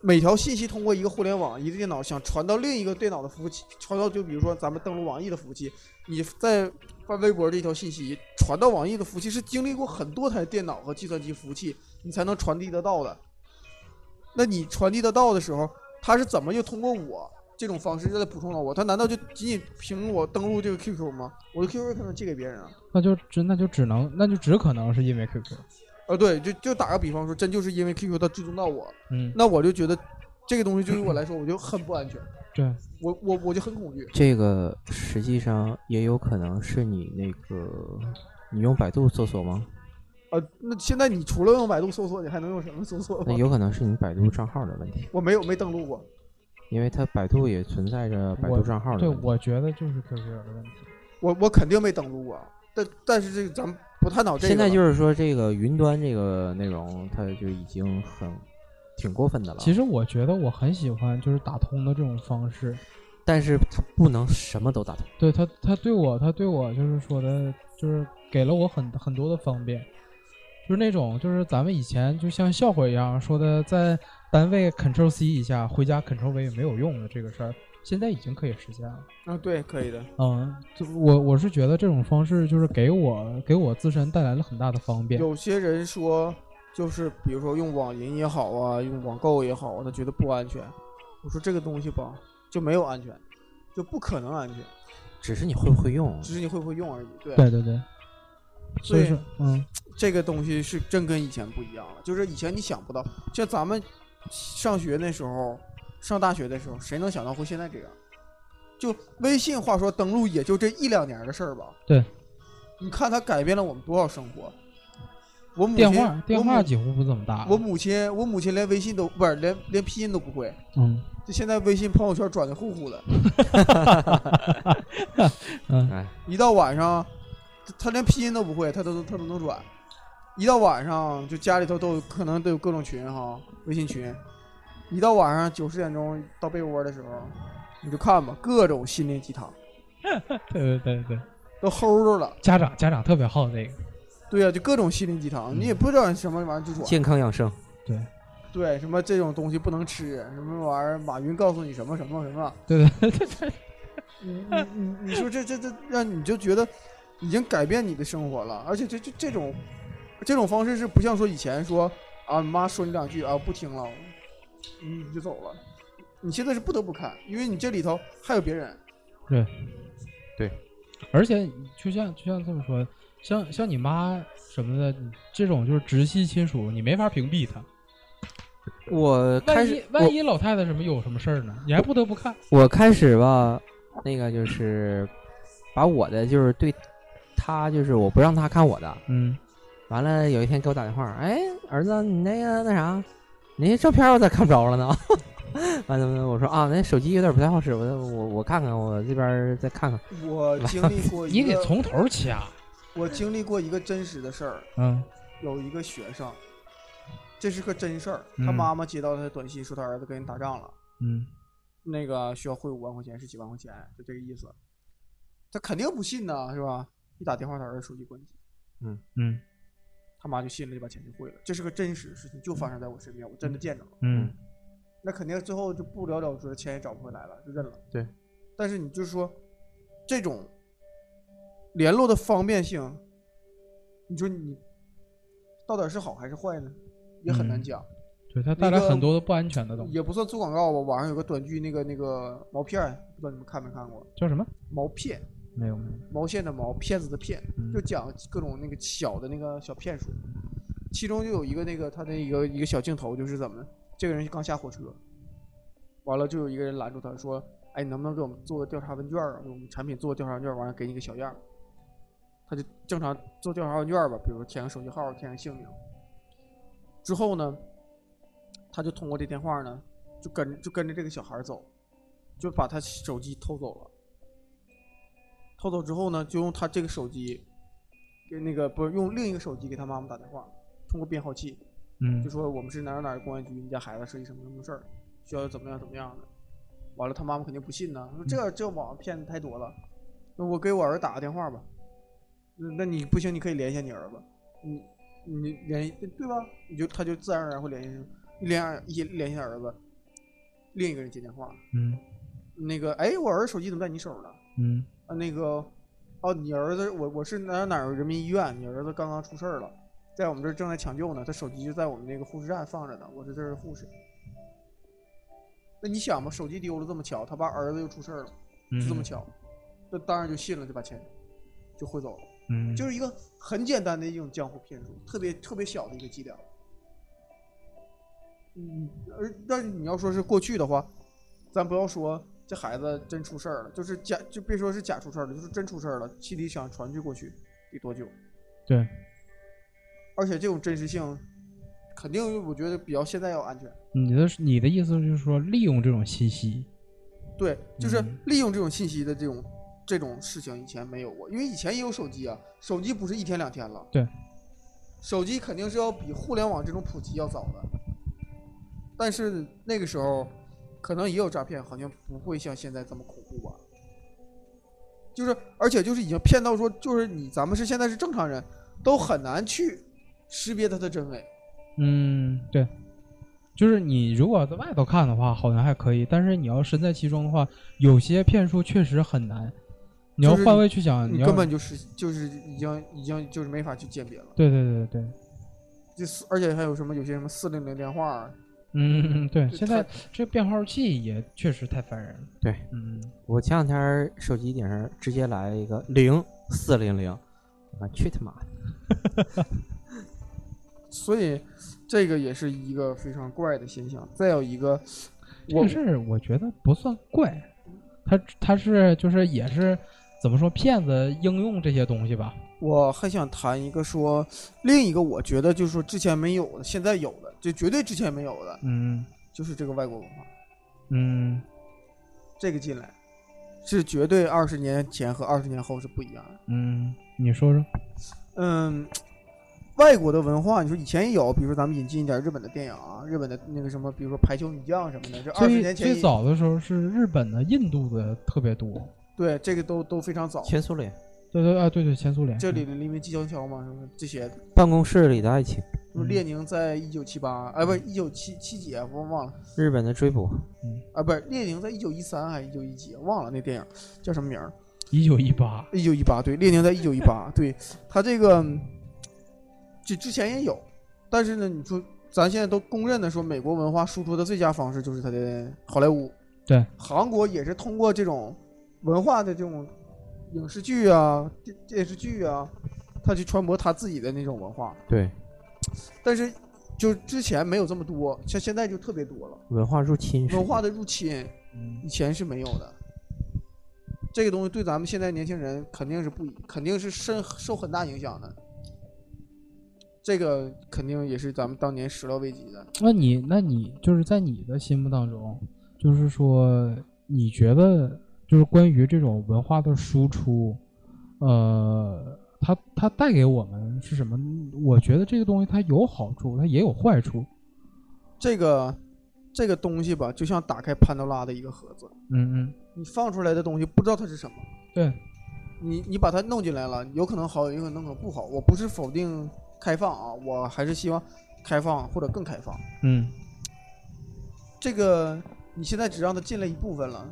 Speaker 4: 每条信息通过一个互联网、一个电脑想传到另一个电脑的服务器，传到就比如说咱们登录网易的服务器，你在发微博这一条信息传到网易的服务器，是经历过很多台电脑和计算机服务器，你才能传递得到的。那你传递得到的时候，他是怎么又通过我这种方式再补充到我？他难道就仅仅凭我登录这个 QQ 吗？我的 QQ 可能借给别人啊。
Speaker 3: 那就只那就只能那就只可能是因为嗯 QQ，
Speaker 4: 呃，对，就就打个比方说，真就是因为 QQ 它追踪到我，
Speaker 3: 嗯，
Speaker 4: 那我就觉得这个东西对于我来说，我就很不安全，
Speaker 3: 对，
Speaker 4: 我我我就很恐惧。
Speaker 2: 这个实际上也有可能是你那个，你用百度搜索吗？
Speaker 4: 呃，那现在你除了用百度搜索，你还能用什么搜索
Speaker 2: 那
Speaker 4: 吗？
Speaker 2: 有可能是你百度账号的问题，
Speaker 4: 我没有没登录过，
Speaker 2: 因为它百度也存在着百
Speaker 3: 我
Speaker 2: 度账号
Speaker 3: 对
Speaker 2: 的问题。
Speaker 3: 我觉得就是 QQ 的问题，
Speaker 4: 我我肯定没登录过。但但是这个咱们不探讨这个了。
Speaker 2: 现在就是说，这个云端这个内容，它就已经很挺过分的了。
Speaker 3: 其，实我觉得我很喜欢就是打通的这种方式，
Speaker 2: 但是它不能什么都打通。
Speaker 3: 对他，他对我，他对我就是说的，就是给了我很很多的方便，就是那种就是咱们以前就像笑话一样说的，在单位 Ctrl C 一下，回家 Ctrl V 没有用的这个事儿，现在已经可以实现了。
Speaker 4: 啊，对，可以的。
Speaker 3: 嗯，就我我是觉得这种方式就是给我给我自身带来了很大的方便。
Speaker 4: 有些人说，就是比如说用网银也好啊，用网购也好啊，他觉得不安全。我说这个东西吧，就没有安全，就不可能安全，
Speaker 2: 只是你会不会用？
Speaker 4: 只是你会不会用而已。对
Speaker 3: 对对对，所以
Speaker 4: 对
Speaker 3: 说，嗯，
Speaker 4: 这个东西是真跟以前不一样了，就是以前你想不到，像咱们上学那时候，上大学的时候，谁能想到会现在这样？就微信，话说登录也就这一两年的事儿吧。
Speaker 3: 对，
Speaker 4: 你看它改变了我们多少生活。我母
Speaker 3: 电
Speaker 4: 亲，
Speaker 3: 话电
Speaker 4: 我母
Speaker 3: 话几乎不怎么打了。
Speaker 4: 我母亲，我母亲连微信都不是连连拼音都不会，
Speaker 3: 嗯
Speaker 4: 就现在微信朋友圈转的呼呼的，
Speaker 3: 嗯
Speaker 2: 哎，
Speaker 4: 一到晚上，她她连拼音都不会，她都她都能转。一到晚上，就家里头都有可能都有各种群哈，微信群。一到晚上九十点钟到被窝的时候，你就看吧，各种心灵鸡汤
Speaker 3: [laughs] 对对对对，
Speaker 4: 都齁着了。
Speaker 3: 家长家长特别好这个。
Speaker 4: 对呀、就各种心灵鸡汤，你也不知道什么玩意儿就转。
Speaker 2: 健康养生，
Speaker 3: 对，
Speaker 4: 对什么这种东西不能吃，什么玩意儿，马云告诉你什么什么什么，
Speaker 3: 对对对，
Speaker 4: [laughs] 你你你你说这这这让你就觉得已经改变你的生活了，而且这这这种这种方式是不像说以前说啊妈说你两句啊不听了，你你就走了，你现在是不得不看，因为你这里头还有别人，
Speaker 3: 而且就像就像这么说，像像你妈什么的，这种就是直系亲属，你没法屏蔽他。
Speaker 2: 我开
Speaker 3: 万
Speaker 2: 始
Speaker 3: 一万一老太太什么有什么事儿呢？你还不得不看。
Speaker 2: 我开始吧，那个就是把我的就是对他就是我不让他看我的，
Speaker 3: 嗯，
Speaker 2: 完了有一天给我打电话，哎，儿子，你那个那啥，你那照片我咋看不着了呢？ [laughs] 完了我说啊，那手机有点不太好使，我我我看看，我这边再看看。
Speaker 4: 我经历
Speaker 3: [laughs]
Speaker 4: 过一
Speaker 3: 你得
Speaker 4: 个
Speaker 3: 从头掐。
Speaker 4: 我经历过一个真实的事儿，
Speaker 3: 嗯
Speaker 4: 有一个学生，这是个真事儿，
Speaker 3: 嗯
Speaker 4: 他妈妈接到他的短信说他儿子跟人打仗了，
Speaker 3: 嗯
Speaker 4: 那个需要汇五万块钱是几万块钱，就这个意思。他肯定不信呐，是吧？一打电话，他儿子手机关机，
Speaker 3: 嗯
Speaker 4: 他妈就信了，就把钱就汇了。这是个真实事情，就发生在我身边，我真的见着了。
Speaker 3: 嗯
Speaker 4: 那肯定最后就不了了之，钱也找不回来了，就认了。
Speaker 2: 对。
Speaker 4: 但是你就是说，这种联络的方便性，你说你到底是好还是坏呢？也很难
Speaker 3: 嗯
Speaker 4: 讲。
Speaker 3: 对，它带来很多的不安全的东西，
Speaker 4: 也不算做广告吧，网上有个短剧，那个那个毛片儿，不知道你们看没看过？
Speaker 3: 叫什么？
Speaker 4: 毛片，
Speaker 3: 没有没有。
Speaker 4: 毛线的毛，骗子的骗，
Speaker 3: 嗯
Speaker 4: 就讲各种那个小的那个小骗术。其中就有一个那个他的一个一个小镜头，就是怎么，这个人刚下火车，完了就有一个人拦住他说：“哎，你能不能给我们做个调查问卷儿啊？我们产品做个调查问卷儿，完了给你个小样儿。”他就正常做调查问卷儿吧，比如说填个手机号，填个姓名。之后呢，他就通过这电话呢，就跟就跟着这个小孩儿走，就把他手机偷走了。偷走之后呢，就用他这个手机给那个不是用另一个手机给他妈妈打电话，通过编号器，
Speaker 3: 嗯
Speaker 4: 就说我们是哪儿哪儿公安局，你家孩子涉及什么什么事儿，需要怎么样怎么样的。完了，他妈妈肯定不信呢，说这这网上骗子太多了，那我给我儿子打个电话吧。那那你不行，你可以联系你儿子，你你联系对吧？你就他就自然而然会联系上，一联系一联系儿子，另一个人接电话，
Speaker 3: 嗯
Speaker 4: 那个哎，我儿子手机怎么在你手呢？
Speaker 3: 嗯
Speaker 4: 啊，那个，哦，你儿子，我我是哪儿哪儿人民医院，你儿子刚刚出事儿了，在我们这儿正在抢救呢，他手机就在我们那个护士站放着呢，我是这儿的护士。那你想吧，手机丢了这么巧，他爸儿子又出事儿了，
Speaker 3: 嗯，
Speaker 4: 就这么巧，那当然就信了，就把钱就汇走了，
Speaker 3: 嗯，
Speaker 4: 就是是一个很简单的一种江湖骗术，特别特别小的一个伎俩。嗯，而但是你要说是过去的话，咱不要说这孩子真出事儿了，就是假就别说是假出事儿了，就是真出事儿了，心里想传去过去得多久？
Speaker 3: 对，
Speaker 4: 而且这种真实性，肯定我觉得比较现在要安全。
Speaker 3: 你的你的意思就是说，利用这种信息，
Speaker 4: 对，就是
Speaker 3: 嗯
Speaker 4: 利用这种信息的这种这种事情，以前没有过，因为以前也有手机啊，手机不是一天两天了。
Speaker 3: 对，
Speaker 4: 手机肯定是要比互联网这种普及要早的，但是那个时候可能也有诈骗，好像不会像现在这么恐怖吧。就是，而且就是已经骗到说，就是你咱们是现在是正常人，都很难去识别它的真伪。
Speaker 3: 嗯，对，就是你如果在外头看的话，好像还可以，但是你要身在其中的话，有些骗术确实很难。啊你要
Speaker 4: 就是
Speaker 3: 换位去想，
Speaker 4: 你
Speaker 3: 要
Speaker 4: 根本就是就是已经已经就是没法去鉴别了。
Speaker 3: 对对对对，
Speaker 4: 就四，而且还有什么有些什么四零零电话儿，
Speaker 3: 嗯， [laughs] 对，
Speaker 4: 就
Speaker 3: 现
Speaker 4: 太
Speaker 3: 在这变号器也确实太烦人了。
Speaker 2: 对，
Speaker 3: 嗯，
Speaker 2: 我前两天手机顶上直接来一个零四零零，啊，去他妈的！
Speaker 4: 所以这个也是一个非常怪的现象。再有一个，
Speaker 3: 这 [laughs]
Speaker 4: 我
Speaker 3: 个事儿我觉得不算怪，他他是就是也是怎么说骗子应用这些东西吧？
Speaker 4: 我还想谈一个说另一个，我觉得就是说之前没有的，现在有的，就绝对之前没有的，
Speaker 3: 嗯
Speaker 4: 就是这个外国文化，
Speaker 3: 嗯
Speaker 4: 这个进来是绝对二十年前和二十年后是不一样的。
Speaker 3: 嗯，你说说，
Speaker 4: 嗯，外国的文化，你说以前也有，比如说咱们引进一点日本的电影啊，日本的那个什么，比如说《排球女将》什么的，这二十
Speaker 3: 最
Speaker 4: 年前
Speaker 3: 最
Speaker 4: 也
Speaker 3: 早的时候是日本的、印度的特别多。
Speaker 4: 对这个都都非常早。
Speaker 2: 前苏联
Speaker 3: 对对啊，对对，前苏联
Speaker 4: 这里的黎明姬悄悄嘛，什么这些，
Speaker 2: 办公室里的爱情，
Speaker 4: 不是列宁在一九七八，哎，不是一九七七几啊，我忘了，
Speaker 2: 日本的追捕，
Speaker 4: 啊，不是列宁在一九一三还是一九一几，忘了那电影叫什么名儿。
Speaker 3: 一九一八，
Speaker 4: 一九一八，对，列宁在一九一八，对他这个，这之前也有，但是呢，你说咱现在都公认的说，美国文化输出的最佳方式就是他的好莱坞，
Speaker 3: 对，
Speaker 4: 韩国也是通过这种文化的这种影视剧啊、电电视剧啊，他去传播他自己的那种文化，
Speaker 2: 对，
Speaker 4: 但是就之前没有这么多，像现在就特别多了，
Speaker 2: 文化入侵是一个，
Speaker 4: 文化的入侵
Speaker 3: 嗯
Speaker 4: 以前是没有的。这个东西对咱们现在年轻人肯定是不，肯定是深受很大影响的。这个肯定也是咱们当年始料未及的。
Speaker 3: 那你那你就是在你的心目当中，就是说你觉得就是关于这种文化的输出，呃，它它带给我们是什么？我觉得这个东西它有好处，它也有坏处。
Speaker 4: 这个这个东西吧，就像打开潘多拉的一个盒子，
Speaker 3: 嗯嗯，
Speaker 4: 你放出来的东西不知道它是什么。
Speaker 3: 对，
Speaker 4: 你你把它弄进来了，有可能好，有可能不好。我不是否定开放啊，我还是希望开放或者更开放。
Speaker 3: 嗯
Speaker 4: 这个你现在只让他进来一部分了，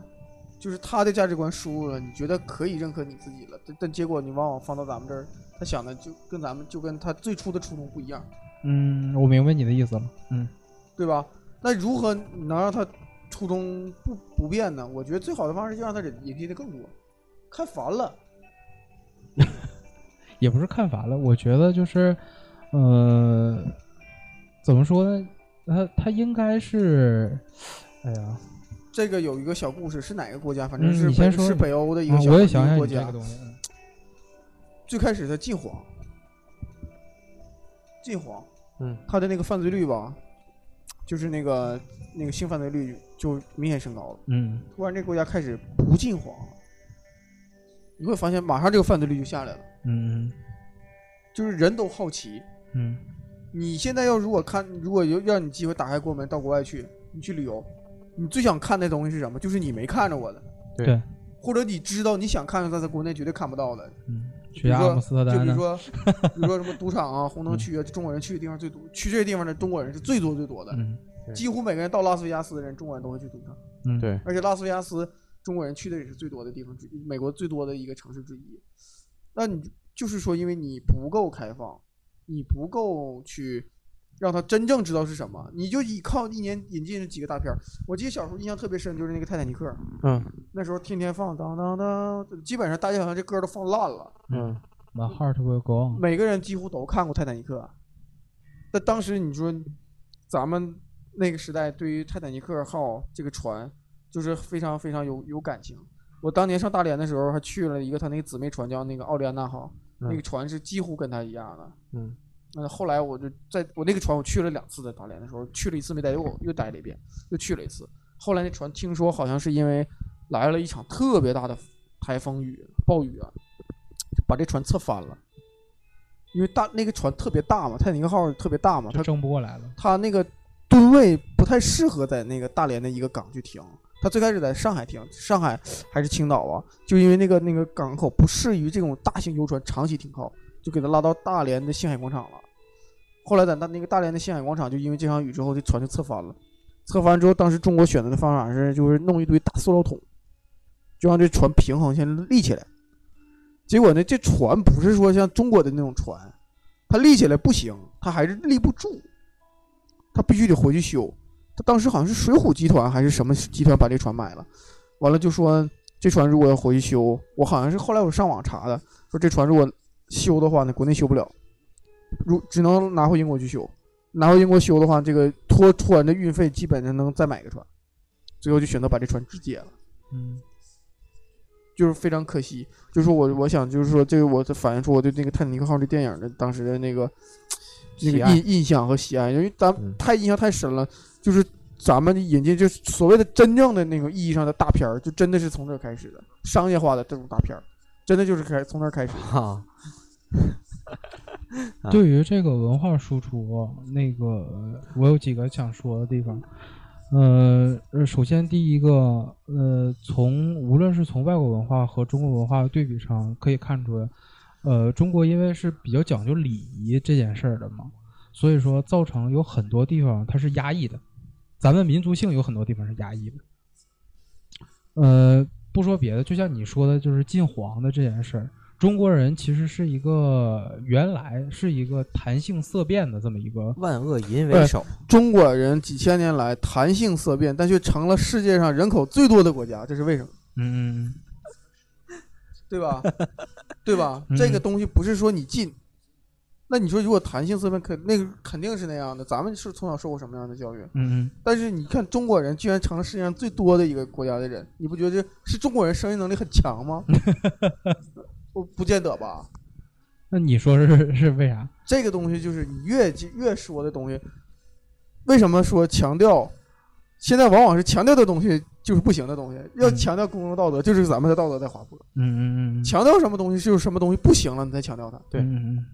Speaker 4: 就是他的价值观输入了，你觉得可以认可你自己了，但但结果你往往放到咱们这儿，他想的就跟咱们就跟他最初的初衷不一样，
Speaker 3: 嗯，我明白你的意思了。嗯
Speaker 4: 对吧？那如何能让他初衷不不变呢？我觉得最好的方式就让他引引进的更多，看烦了，
Speaker 3: 也不是看法了，我觉得就是，呃，怎么说呢？它它应该是，哎呀，
Speaker 4: 这个有一个小故事，是哪个国家？反
Speaker 3: 嗯
Speaker 4: 正是
Speaker 3: 你
Speaker 4: 北、
Speaker 3: 先说
Speaker 4: 是
Speaker 3: 你
Speaker 4: 北欧的一个
Speaker 3: 啊
Speaker 4: 小、
Speaker 3: 我也想
Speaker 4: 一
Speaker 3: 想
Speaker 4: 个
Speaker 3: 你
Speaker 4: 国
Speaker 3: 这个
Speaker 4: 家。
Speaker 3: 东西，嗯
Speaker 4: 最开始他禁黄，禁黄，
Speaker 2: 嗯，
Speaker 4: 他的那个犯罪率吧，就是那个那个性犯罪率就明显升高了。
Speaker 3: 嗯，
Speaker 4: 突然这个国家开始不禁黄了，你会发现马上这个犯罪率就下来了，
Speaker 3: 嗯
Speaker 4: 就是人都好奇。
Speaker 3: 嗯
Speaker 4: 你现在要如果看，如果有让你机会打开国门到国外去，你去旅游，你最想看的东西是什么？就是你没看着我的，
Speaker 2: 对
Speaker 3: 对
Speaker 4: 或者你知道你想看的，但在国内绝对看不到的，
Speaker 3: 嗯，去
Speaker 4: 比如
Speaker 3: 阿
Speaker 4: 说
Speaker 3: 姆斯特
Speaker 4: 就
Speaker 3: 丹
Speaker 4: 比如
Speaker 3: 呢？
Speaker 4: 说，比如说什么赌场啊、红灯区啊，中国人去的地方最多。去这些地方的中国人是最多最多的，
Speaker 3: 嗯
Speaker 4: 几乎每个人到拉斯维加斯的人，中国人都会去赌场。
Speaker 3: 嗯，
Speaker 2: 对
Speaker 4: 而且拉斯维加斯中国人去的也是最多的地方之，美国最多的一个城市之一。那你就就是说，因为你不够开放，你不够去让他真正知道是什么，你就依靠一年引进几个大片儿。我记得小时候印象特别深，就是那个《泰坦尼克》，
Speaker 2: 嗯
Speaker 4: 那时候天天放当当当，基本上大家好像这歌都放烂了。
Speaker 2: 嗯，
Speaker 3: My heart will go on。
Speaker 4: 每个人几乎都看过《泰坦尼克》，但当时你说咱们那个时代对于泰坦尼克号这个船就是非常非常有有感情。我当年上大连的时候还去了一个他那个姊妹船叫那个奥利安娜号，
Speaker 2: 嗯
Speaker 4: 那个船是几乎跟他一样的。
Speaker 2: 嗯，
Speaker 4: 那后来我就在我那个船我去了两次，在大连的时候去了一次没待够，又待了一遍，又去了一次。后来那船听说好像是因为来了一场特别大的台风雨暴雨啊，把这船侧翻了。因为大那个船特别大嘛，泰坦尼克号特别大嘛，它
Speaker 3: 就挣不过来了。
Speaker 4: 它那个吨位不太适合在那个大连的一个港去停。它最开始在上海停，上海还是青岛啊，就因为那个那个港口不适于这种大型游船长期停靠，就给它拉到大连的星海广场了。后来在那那个大连的星海广场，就因为这场雨之后，这船就侧翻了。侧翻之后，当时中国选择的方法是，就是弄一堆大塑料桶，就让这船平衡先立起来。结果呢，这船不是说像中国的那种船，它立起来不行，它还是立不住。他必须得回去修。他当时好像是水浒集团还是什么集团把这船买了，完了就说这船如果要回去修，我好像是后来我上网查的，说这船如果修的话呢，国内修不了，如只能拿回英国去修。拿回英国修的话，这个拖船的运费基本上能再买个船。最后就选择把这船肢解了，
Speaker 3: 嗯
Speaker 4: 就是非常可惜。就是说我我想就是说这个我反映出我对那个《泰坦尼克号》这电影的当时的那个那个
Speaker 2: 喜爱
Speaker 4: 印印象和喜爱，因为咱
Speaker 2: 嗯
Speaker 4: 太印象太深了，就是咱们引进就是所谓的真正的那种意义上的大片儿，就真的是从这儿开始的商业化的这种大片儿，真的就是开从那儿开始。
Speaker 2: 哈，啊
Speaker 3: 对于这个文化输出，那个呃我有几个想说的地方。呃，呃首先第一个，呃，从无论是从外国文化和中国文化的对比上，可以看出，呃，中国因为是比较讲究礼仪这件事儿的嘛，所以说造成有很多地方它是压抑的，咱们民族性有很多地方是压抑的。呃，不说别的，就像你说的，就是禁黄的这件事儿，中国人其实是一个原来是一个弹性色变的这么一个
Speaker 2: 万恶淫
Speaker 4: 对
Speaker 2: 为首，
Speaker 4: 中国人几千年来弹性色变，但却成了世界上人口最多的国家，这是为什么？
Speaker 3: 嗯嗯
Speaker 4: 对吧？对吧？
Speaker 3: [laughs] 嗯
Speaker 4: 这个东西不是说你进，那你说如果弹性色变，肯那个肯定是那样的。咱们是从小受过什么样的教育？
Speaker 3: 嗯
Speaker 4: 但是你看中国人居然成了世界上最多的一个国家的人，你不觉得这是中国人生育能力很
Speaker 3: [laughs]
Speaker 4: 强吗？不不见得吧？
Speaker 3: 嗯，那你说是是为啥？
Speaker 4: 这个东西就是你越记越说的东西，为什么说强调？现在往往是强调的东西就是不行的东西，要
Speaker 3: 嗯
Speaker 4: 强调公众道德，就是咱们的道德在滑坡。
Speaker 3: 嗯嗯嗯，
Speaker 4: 强调什么东西就是什么东西不行了，你才强调它。对，
Speaker 3: 嗯嗯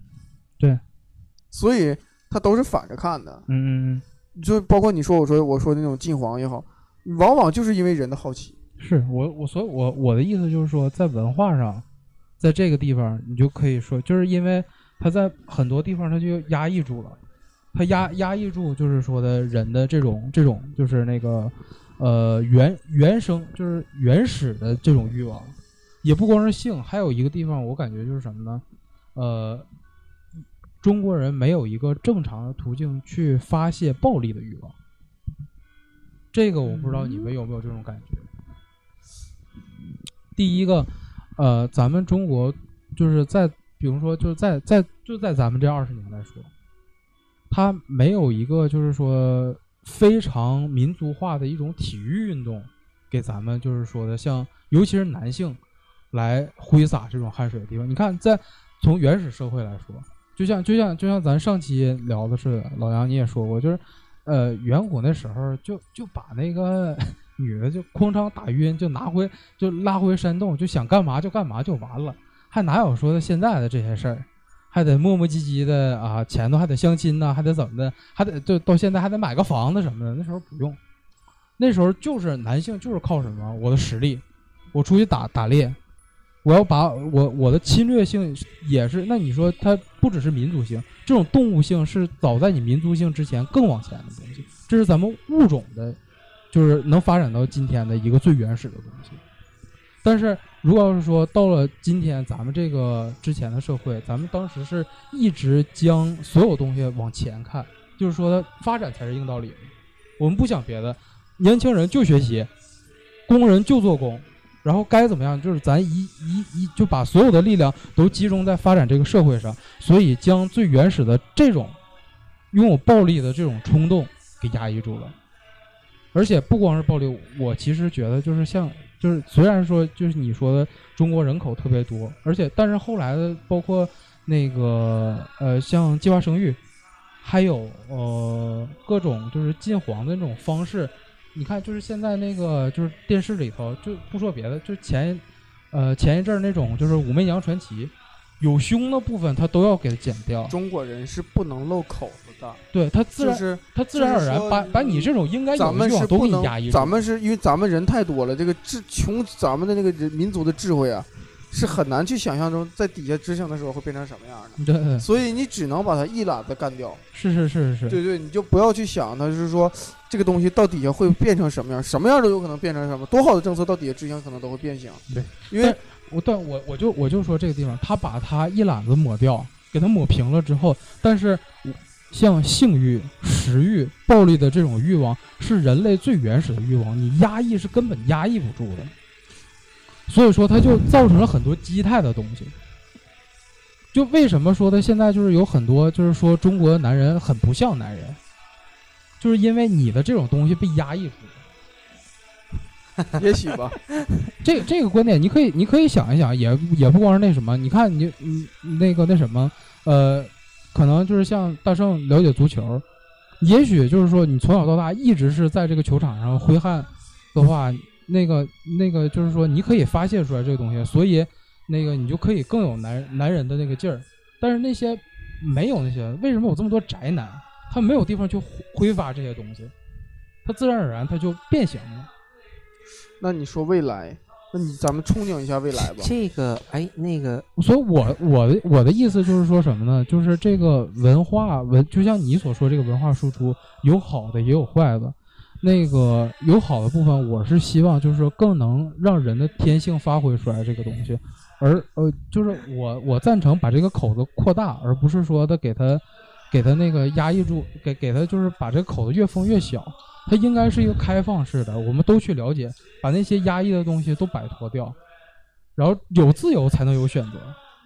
Speaker 4: 所以它都是反着看的。
Speaker 3: 嗯嗯
Speaker 4: 就包括你说我说我说那种禁黄也好，往往就是因为人的好奇。
Speaker 3: 是我我所以我我的意思就是说，在文化上，在这个地方，你就可以说，就是因为它在很多地方它就压抑住了，它压压抑住就是说的人的这种这种就是那个呃原原生就是原始的这种欲望，也不光是性，还有一个地方我感觉就是什么呢？呃，中国人没有一个正常的途径去发泄暴力的欲望。这个我不知道你们有没有这种感觉。第一个，呃，咱们中国就是在，比如说，就是在在就在咱们这二十年来说，它没有一个就是说非常民族化的一种体育运动给咱们就是说的像，尤其是男性来挥洒这种汗水的地方。你看，在从原始社会来说，就像就像就像咱上期聊的似的，老杨你也说过，就是呃，远古那时候就就把那个女的就哐当打晕，就拿回就拉回山洞，就想干嘛就干嘛就完了，还哪有说的现在的这些事儿，还得磨磨唧唧的啊，前头还得相亲呐、还得怎么的，还得就到现在还得买个房子什么的，那时候不用，那时候就是男性就是靠什么我的实力，我出去打打猎。我要把我我的侵略性也是，那你说它不只是民族性，这种动物性是早在你民族性之前更往前的东西，这是咱们物种的，就是能发展到今天的一个最原始的东西。但是如果要是说到了今天咱们这个之前的社会，咱们当时是一直将所有东西往前看，就是说它发展才是硬道理。我们不想别的，年轻人就学习，工人就做工，然后该怎么样就是咱一一一就把所有的力量都集中在发展这个社会上，所以将最原始的这种拥有暴力的这种冲动给压抑住了。而且不光是暴力，我其实觉得就是像就是虽然说就是你说的中国人口特别多，而且但是后来的包括那个呃像计划生育，还有呃各种就是禁黄的那种方式，你看就是现在那个就是电视里头就不说别的，就前呃前一阵儿那种就是《武媚娘传奇》，有胸的部分它都要给剪掉，
Speaker 4: 中国人是不能露口子的，
Speaker 3: 对它自
Speaker 4: 就
Speaker 3: 然
Speaker 4: 是
Speaker 3: 它自然而
Speaker 4: 就是
Speaker 3: 然
Speaker 4: 说
Speaker 3: 把把你这种应该有
Speaker 4: 咱
Speaker 3: 的
Speaker 4: 们
Speaker 3: 欲
Speaker 4: 是
Speaker 3: 望都
Speaker 4: 不
Speaker 3: 给你
Speaker 4: 能
Speaker 3: 压抑，住
Speaker 4: 咱。们是因为咱们人太多了，这个智穷，咱们的那个人民族的智慧啊，是很难去想象中在底下执行的时候会变成什么样的，
Speaker 3: 对，对
Speaker 4: 所以你只能把它一揽子干掉。
Speaker 3: 是是是是是，
Speaker 4: 对对，你就不要去想它，就是说这个东西到底下会变成什么样，什么样都有可能变成什么，多好的政策到底下执行可能都会变形。
Speaker 3: 对，
Speaker 4: 因为
Speaker 3: 我但我我就我就说这个地方，他把它一揽子抹掉，给它抹平了之后，但是像性欲、食欲、暴力的这种欲望是人类最原始的欲望，你压抑是根本压抑不住的，所以说它就造成了很多基态的东西。就为什么说的现在就是有很多就是说中国的男人很不像男人，就是因为你的这种东西被压抑住了。
Speaker 4: 也许吧，
Speaker 3: 这这个观点，你可以你可以想一想，也也不光是那什么，你看你你你那个那什么，呃，可能就是像大圣了解足球，也许就是说你从小到大一直是在这个球场上挥汗的话，那个那个就是说你可以发泄出来这个东西，所以那个你就可以更有男男人的那个劲儿。但是那些没有那些，为什么有这么多宅男？他没有地方去挥挥发这些东西，他自然而然他就变形了。
Speaker 4: 那你说未来那你咱们憧憬一下未来吧。
Speaker 2: 这个哎，那个
Speaker 3: 所以我，我的我的意思就是说什么呢？就是这个文化文，就像你所说，这个文化输出有好的也有坏的。那个有好的部分，我是希望就是说更能让人的天性发挥出来这个东西，而呃，就是我我赞成把这个口子扩大，而不是说他给他给他那个压抑住，给给他就是把这个口子越封越小。它应该是一个开放式的，我们都去了解，把那些压抑的东西都摆脱掉，然后有自由才能有选择。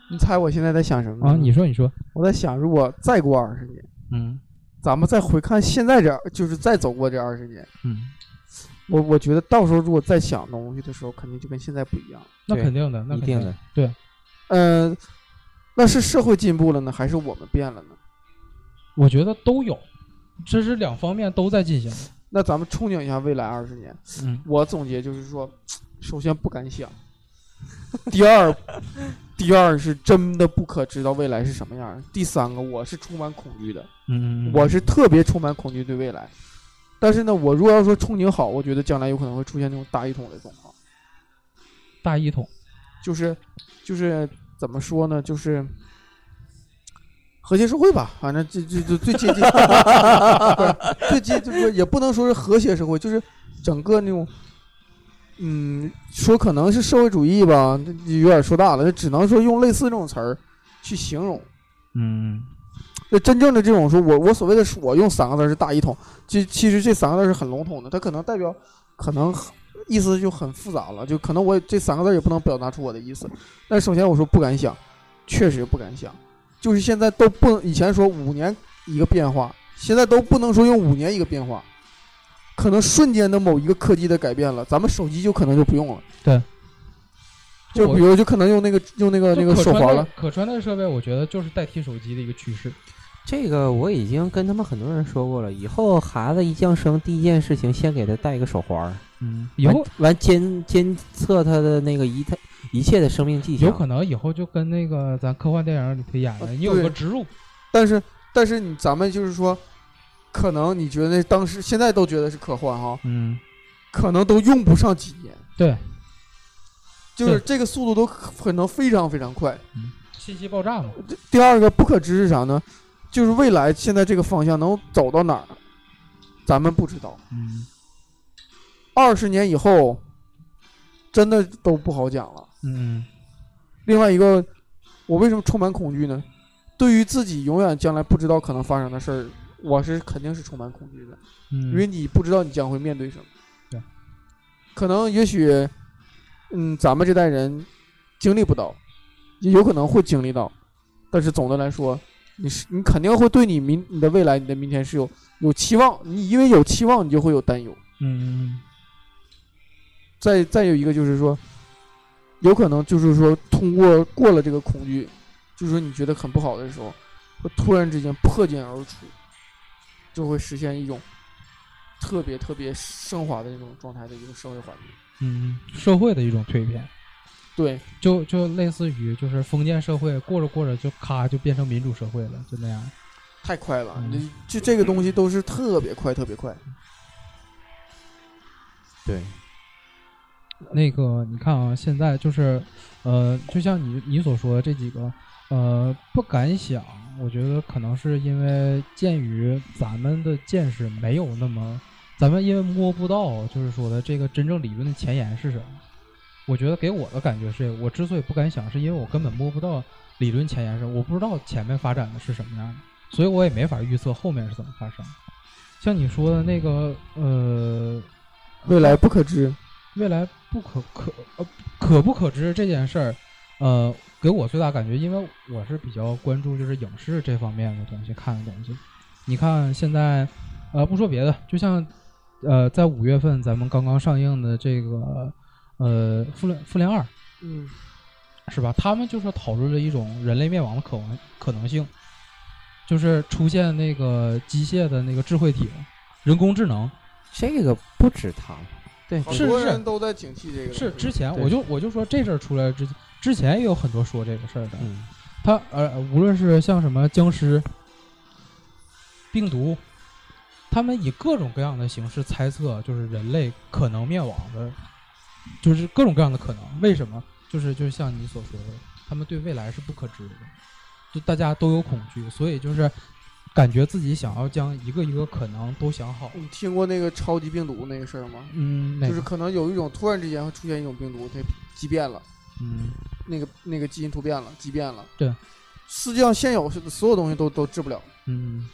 Speaker 4: 你猜我现在在想什么呢
Speaker 3: 啊，你说，你说，
Speaker 4: 我在想，如果再过二十年，
Speaker 3: 嗯
Speaker 4: 咱们再回看现在这，就是再走过这二十年，
Speaker 3: 嗯，
Speaker 4: 我我觉得到时候如果再想东西的时候，肯定就跟现在不一样。
Speaker 3: 那
Speaker 2: 对
Speaker 3: 肯定的，那
Speaker 2: 一
Speaker 3: 肯
Speaker 2: 定的，
Speaker 4: 嗯、那是社会进步了呢，还是我们变了呢？
Speaker 3: 我觉得都有，这是两方面都在进行。
Speaker 4: 那咱们憧憬一下未来二十年。
Speaker 3: 嗯，
Speaker 4: 我总结就是说，首先不敢想， [laughs] 第二，第二是真的不可知道未来是什么样儿。第三个，我是充满恐惧的，
Speaker 3: 嗯
Speaker 4: 我是特别充满恐惧对未来。但是呢，我如果要说憧憬好，我觉得将来有可能会出现那种大一统的状况，
Speaker 3: 大一统，
Speaker 4: 就是，就是怎么说呢，就是。和谐社会吧，反正这这这最接近， [laughs] 不是最接近不是也不能说是和谐社会，就是整个那种，嗯，说可能是社会主义吧，这有点说大了，只能说用类似这种词儿去形容。
Speaker 3: 嗯
Speaker 4: 那真正的这种说，我我所谓的是我用三个字儿是大一统，这其实这三个字儿是很笼统的，它可能代表，可能意思就很复杂了，就可能我这三个字儿也不能表达出我的意思。但首先我说不敢想，确实不敢想，就是现在都不以前说五年一个变化，现在都不能说用五年一个变化，可能瞬间的某一个科技的改变了，咱们手机就可能就不用了。
Speaker 3: 对。
Speaker 4: 就
Speaker 3: 我
Speaker 4: 比如就可能用那个用那个那个
Speaker 3: 就可
Speaker 4: 手
Speaker 3: 穿戴
Speaker 4: 环了，
Speaker 3: 可穿戴设备，我觉得就是代替手机的一个趋势。
Speaker 2: 这个我已经跟他们很多人说过了，以后孩子一降生，第一件事情先给他戴一个手环儿，
Speaker 3: 嗯，以后
Speaker 2: 完完监监测他的那个一他一切的生命迹象。
Speaker 3: 有可能以后就跟那个咱科幻电影里头演的，
Speaker 4: 啊
Speaker 3: 你有
Speaker 4: 对
Speaker 3: 个植入，
Speaker 4: 但是但是你咱们就是说，可能你觉得当时现在都觉得是科幻哈，
Speaker 3: 嗯，
Speaker 4: 可能都用不上几年，
Speaker 3: 对，
Speaker 4: 就是
Speaker 3: 对
Speaker 4: 这个速度都可能非常非常快。
Speaker 3: 信息爆炸嘛，
Speaker 4: 第二个不可知是啥呢？就是未来现在这个方向能走到哪儿，咱们不知道。
Speaker 3: 嗯
Speaker 4: 二十年以后，真的都不好讲了。
Speaker 3: 嗯
Speaker 4: 另外一个，我为什么充满恐惧呢？对于自己永远将来不知道可能发生的事儿，我是肯定是充满恐惧的。
Speaker 3: 嗯，
Speaker 4: 因为你不知道你将会面对什么。
Speaker 3: 对，
Speaker 4: 可能也许，嗯，咱们这代人经历不到，也有可能会经历到，但是总的来说，你是你肯定会对你明你的未来、你的明天是有有期望，你因为有期望，你就会有担忧。
Speaker 3: 嗯嗯
Speaker 4: 再再有一个就是说，有可能就是说通过过了这个恐惧，就是说你觉得很不好的时候，会突然之间破茧而出，就会实现一种特别特别升华的那种状态的一个社会环境。
Speaker 3: 嗯，社会的一种蜕变。
Speaker 4: 对，
Speaker 3: 就就类似于就是封建社会过着过着就咔就变成民主社会了，就那样。
Speaker 4: 太快了，
Speaker 3: 嗯
Speaker 4: 你就这个东西都是特别快，特别快。
Speaker 2: 对，
Speaker 3: 那个你看啊，现在就是，呃，就像你你所说的这几个，呃，不敢想，我觉得可能是因为鉴于咱们的见识没有那么，咱们因为摸不到，就是说的这个真正理论的前沿是什么。我觉得给我的感觉是，我之所以不敢想，是因为我根本摸不到理论前沿是什么，我不知道前面发展的是什么样的，所以我也没法预测后面是怎么发生。像你说的那个，呃，
Speaker 4: 未来不可知，
Speaker 3: 未来不可可呃可不可知这件事儿，呃，给我最大感觉，因为我是比较关注就是影视这方面的东西，看的东西。你看现在，呃，不说别的，就像呃，在五月份咱们刚刚上映的这个呃《复联复联二》
Speaker 4: 嗯，
Speaker 3: 是吧？他们就说讨论了一种人类灭亡的可能可能性，就是出现那个机械的那个智慧体了，人工智能。
Speaker 2: 这个不止他们，对，
Speaker 4: 好
Speaker 3: 是
Speaker 4: 多
Speaker 3: 是
Speaker 4: 人都在警惕这个。
Speaker 3: 是之前
Speaker 2: 对
Speaker 3: 我就我就说这事儿出来之之前也有很多说这个事儿的，
Speaker 2: 嗯，
Speaker 3: 他呃无论是像什么僵尸、病毒，他们以各种各样的形式猜测就是人类可能灭亡的就是各种各样的可能。为什么？就是就是像你所说的，他们对未来是不可知的，就大家都有恐惧，所以就是感觉自己想要将一个一个可能都想好。
Speaker 4: 你听过那个超级病毒那个事儿吗？
Speaker 3: 嗯，哪
Speaker 4: 就是
Speaker 3: 个
Speaker 4: 可能有一种突然之间会出现一种病毒，它畸变了，
Speaker 3: 嗯，
Speaker 4: 那个那个基因突变了，畸变了。
Speaker 3: 对，
Speaker 4: 世界上现有是所有东西都都治不了，
Speaker 3: 嗯，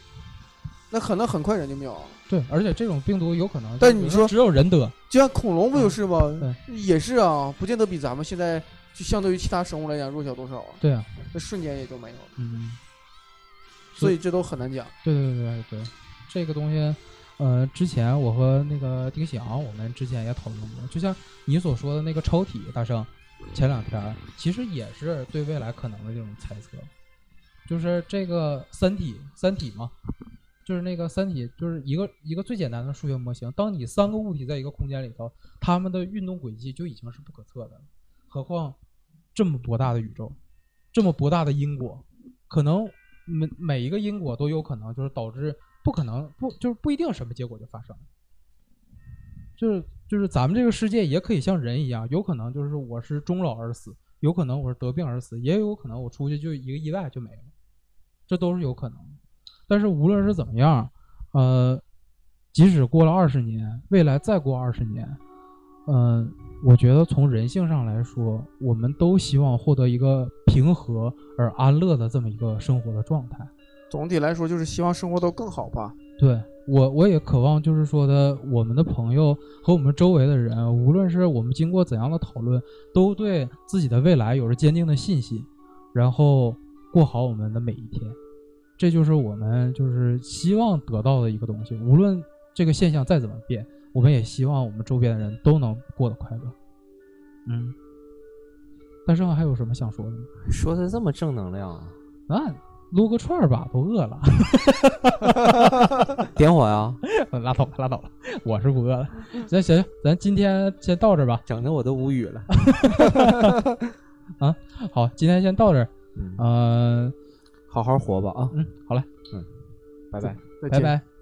Speaker 4: 那可能很快人就灭亡了。
Speaker 3: 对，而且这种病毒有可能，
Speaker 4: 但
Speaker 3: 就
Speaker 4: 你
Speaker 3: 比如说
Speaker 4: 说
Speaker 3: 只有人得，
Speaker 4: 就像恐龙不就是吗？
Speaker 3: 嗯
Speaker 4: 也是啊，不见得比咱们现在就相对于其他生物来讲弱小多少啊，
Speaker 3: 对啊，
Speaker 4: 那瞬间也就没有了。
Speaker 3: 嗯，
Speaker 4: 所以这都很难讲。
Speaker 3: 对对对对，对，这个东西，呃，之前我和那个丁喜昂，我们之前也讨论过，就像你所说的那个抽屉，大圣，前两天儿其实也是对未来可能的这种猜测，就是这个《三体》，《三体》嘛，就是那个《三体》，就是一个一个最简单的数学模型。当你三个物体在一个空间里头，它们的运动轨迹就已经是不可测的了，何况这么博大的宇宙，这么博大的因果，可能每每一个因果都有可能就是导致不可能不就是不一定什么结果就发生了，就是就是咱们这个世界也可以像人一样，有可能就是我是终老而死，有可能我是得病而死，也有可能我出去就一个意外就没了，这都是有可能的。但是无论是怎么样，呃，即使过了二十年，未来再过二十年，嗯、我觉得从人性上来说，我们都希望获得一个平和而安乐的这么一个生活的状态。
Speaker 4: 总体来说，就是希望生活都更好吧。
Speaker 3: 对我，我也渴望就是说的，我们的朋友和我们周围的人，无论是我们经过怎样的讨论，都对自己的未来有着坚定的信心，然后过好我们的每一天。这就是我们就是希望得到的一个东西。无论这个现象再怎么变，我们也希望我们周边的人都能过得快乐。嗯，但是还有什么想说的吗？
Speaker 2: 说的这么正能量啊，
Speaker 3: 那撸个串儿吧，都饿了。
Speaker 2: 点火啊呀，
Speaker 3: [laughs] 拉倒吧，拉倒吧，我是不饿了。行行，咱今天先到这儿吧。
Speaker 2: 整的我都无语了。
Speaker 3: 好，今天先到这儿。
Speaker 2: 嗯，
Speaker 3: 嗯、
Speaker 2: [laughs] 好好活吧啊，
Speaker 3: 嗯，好嘞，
Speaker 2: 拜拜。
Speaker 3: 拜
Speaker 4: 再见。
Speaker 3: 拜。